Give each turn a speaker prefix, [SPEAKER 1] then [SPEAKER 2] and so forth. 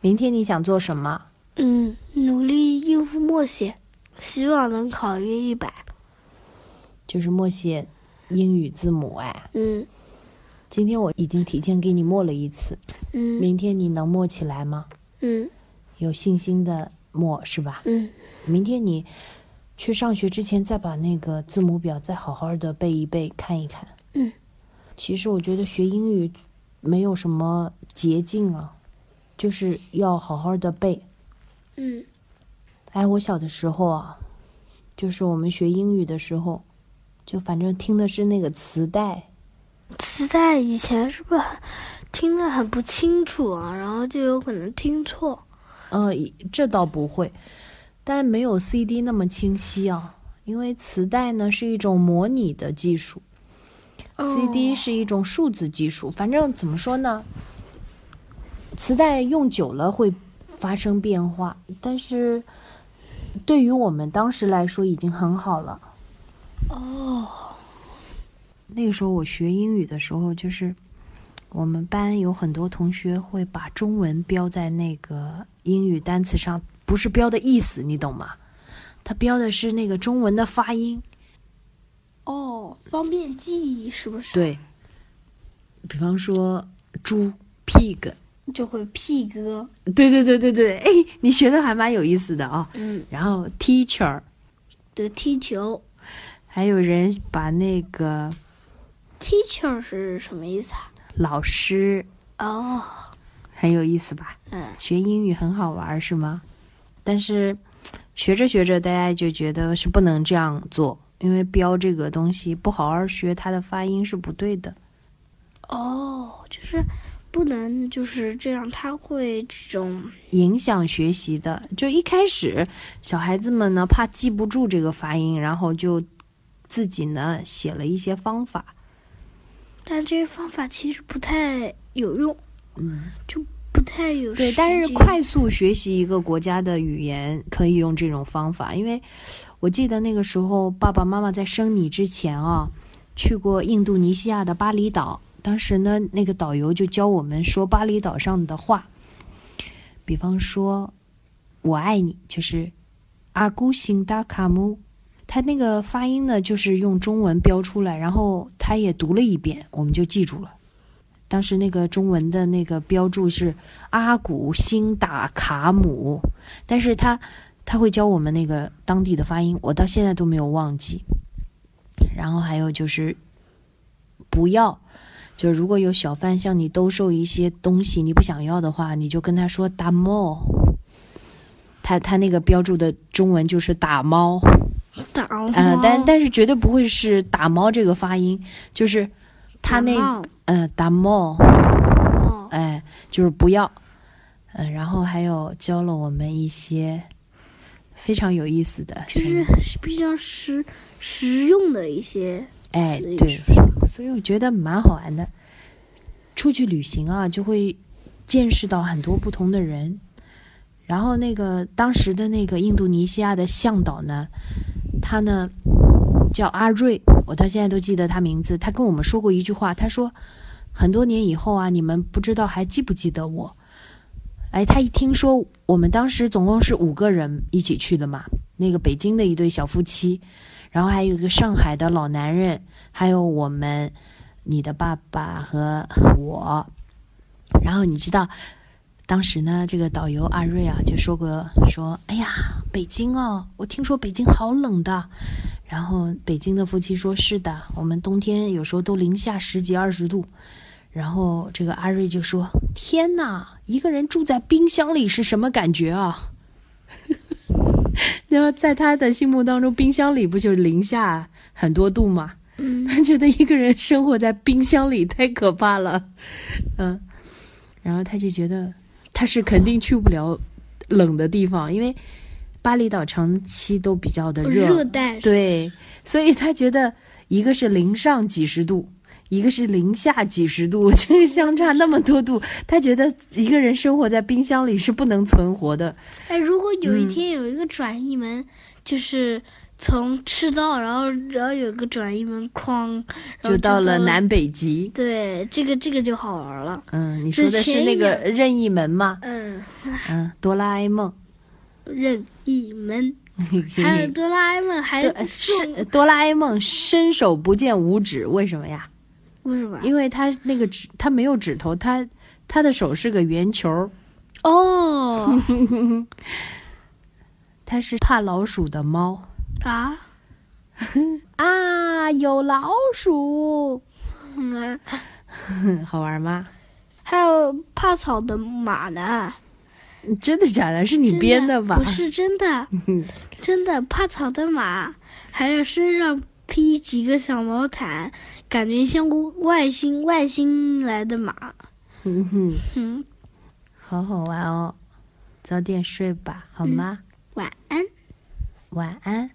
[SPEAKER 1] 明天你想做什么？
[SPEAKER 2] 嗯，努力应付默写，希望能考一个一百。
[SPEAKER 1] 就是默写英语字母哎。
[SPEAKER 2] 嗯
[SPEAKER 1] 今天我已经提前给你默了一次，
[SPEAKER 2] 嗯
[SPEAKER 1] 明天你能默起来吗？
[SPEAKER 2] 嗯
[SPEAKER 1] 有信心的默是吧？
[SPEAKER 2] 嗯
[SPEAKER 1] 明天你去上学之前再把那个字母表再好好的背一背，看一看。
[SPEAKER 2] 嗯，
[SPEAKER 1] 其实我觉得学英语没有什么捷径啊，就是要好好的背。
[SPEAKER 2] 嗯
[SPEAKER 1] 哎，我小的时候啊，就是我们学英语的时候，就反正听的是那个磁带，
[SPEAKER 2] 磁带以前是不是很听得很不清楚啊？然后就有可能听错。
[SPEAKER 1] 呃，这倒不会，但没有 CD 那么清晰啊，因为磁带呢是一种模拟的技术。CD 是一种数字技术，反正怎么说呢，磁带用久了会发生变化，但是对于我们当时来说已经很好了。
[SPEAKER 2] 哦，
[SPEAKER 1] 那个时候我学英语的时候，就是我们班有很多同学会把中文标在那个英语单词上，不是标的意思，你懂吗？他标的是那个中文的发音。
[SPEAKER 2] 哦，方便记忆是不是？，
[SPEAKER 1] 对，比方说猪 pig，
[SPEAKER 2] 就会屁歌。
[SPEAKER 1] 对对对对对，哎，你学的还蛮有意思的啊。
[SPEAKER 2] 嗯，
[SPEAKER 1] 然后 teacher，
[SPEAKER 2] 对，踢球。
[SPEAKER 1] 还有人把那个
[SPEAKER 2] Teacher 是什么意思啊？
[SPEAKER 1] 老师，
[SPEAKER 2] 哦，
[SPEAKER 1] 很有意思吧？
[SPEAKER 2] 嗯
[SPEAKER 1] 学英语很好玩儿是吗？但是学着学着，大家就觉得是不能这样做，因为标这个东西不好好学，它的发音是不对的。
[SPEAKER 2] 哦，就是不能就是这样，他会这种
[SPEAKER 1] 影响学习的，就一开始小孩子们呢怕记不住这个发音，然后就自己呢写了一些方法，
[SPEAKER 2] 但这些方法其实不太有用，
[SPEAKER 1] 嗯，
[SPEAKER 2] 不太有
[SPEAKER 1] 对，
[SPEAKER 2] 实
[SPEAKER 1] 但是
[SPEAKER 2] 际
[SPEAKER 1] 快速学习一个国家的语言可以用这种方法，因为我记得那个时候爸爸妈妈在生你之前啊，去过印度尼西亚的巴厘岛，当时呢那个导游就教我们说巴厘岛上的话，比方说“我爱你”就是阿古辛达卡姆。他那个发音呢，就是用中文标出来，然后他也读了一遍，我们就记住了。当时那个中文的那个标注是阿古辛达卡姆，但是他他会教我们那个当地的发音，我到现在都没有忘记。然后还有就是不要，就是如果有小贩向你兜售一些东西，你不想要的话，你就跟他说打猫。他他那个标注的中文就是打猫，
[SPEAKER 2] 打哦，
[SPEAKER 1] 呃，但但是绝对不会是打猫这个发音，就是他那
[SPEAKER 2] 哦
[SPEAKER 1] 呃打猫。
[SPEAKER 2] 哦
[SPEAKER 1] 哎，就是不要，嗯，然后还有教了我们一些非常有意思的，
[SPEAKER 2] 就是是比较实实用的一些
[SPEAKER 1] 哎
[SPEAKER 2] 词语，
[SPEAKER 1] 对
[SPEAKER 2] 是，不是
[SPEAKER 1] 所以我觉得蛮好玩的。出去旅行啊，就会见识到很多不同的人。然后那个当时的那个印度尼西亚的向导呢，他呢叫阿瑞，我到现在都记得他名字。他跟我们说过一句话，他说很多年以后啊，你们不知道还记不记得我。哎，他一听说我们当时总共是五个人一起去的嘛，那个北京的一对小夫妻，然后还有一个上海的老男人，还有我们，你的爸爸和我。然后你知道，当时呢，这个导游阿瑞啊就说过说，哎呀，北京哦，我听说北京好冷的。然后北京的夫妻说，是的，我们冬天有时候都零下十几二十度。然后这个阿瑞就说：“天哪，一个人住在冰箱里是什么感觉啊？” 然后在他的心目当中，冰箱里不就是零下很多度吗？
[SPEAKER 2] 嗯
[SPEAKER 1] 他觉得一个人生活在冰箱里太可怕了，嗯，然后他就觉得他是肯定去不了冷的地方，因为巴厘岛长期都比较的热，
[SPEAKER 2] 哦热带
[SPEAKER 1] 对，所以他觉得一个是零上几十度，一个是零下几十度，就是 相差那么多度，他觉得一个人生活在冰箱里是不能存活的，
[SPEAKER 2] 哎，如果有一
[SPEAKER 1] 嗯
[SPEAKER 2] 天有一个转移门，就是从赤道，然后然后有个转移门框，然后
[SPEAKER 1] 就到
[SPEAKER 2] 了
[SPEAKER 1] 了。南北极。
[SPEAKER 2] 对，这个这个就好玩了。
[SPEAKER 1] 嗯，你说的
[SPEAKER 2] 之前
[SPEAKER 1] 是那
[SPEAKER 2] 一
[SPEAKER 1] 个
[SPEAKER 2] 秒
[SPEAKER 1] 任意门吗？
[SPEAKER 2] 嗯，
[SPEAKER 1] 嗯，哆啦 A 梦，
[SPEAKER 2] 任意门，还有哆啦 A 梦，还有
[SPEAKER 1] 对，
[SPEAKER 2] 送
[SPEAKER 1] 是哆啦 A 梦伸手不见五指，为什么呀？
[SPEAKER 2] 为什么？
[SPEAKER 1] 因为他那个指，他没有指头，他他的手是个圆球，
[SPEAKER 2] 哦
[SPEAKER 1] 他是怕老鼠的猫
[SPEAKER 2] 啊，
[SPEAKER 1] 啊，有老鼠，
[SPEAKER 2] 嗯，
[SPEAKER 1] 好玩吗？
[SPEAKER 2] 还有怕草的马呢？
[SPEAKER 1] 嗯真的假的？是你
[SPEAKER 2] 真
[SPEAKER 1] 编的吧？
[SPEAKER 2] 不是真的，真的怕草的马，还有身上披几个小毛毯，感觉像外星外星来的马。
[SPEAKER 1] 嗯哼，
[SPEAKER 2] 嗯，
[SPEAKER 1] 好好
[SPEAKER 2] 嗯
[SPEAKER 1] 玩哦，早点睡吧，好吗？
[SPEAKER 2] 晚安。
[SPEAKER 1] 晚安。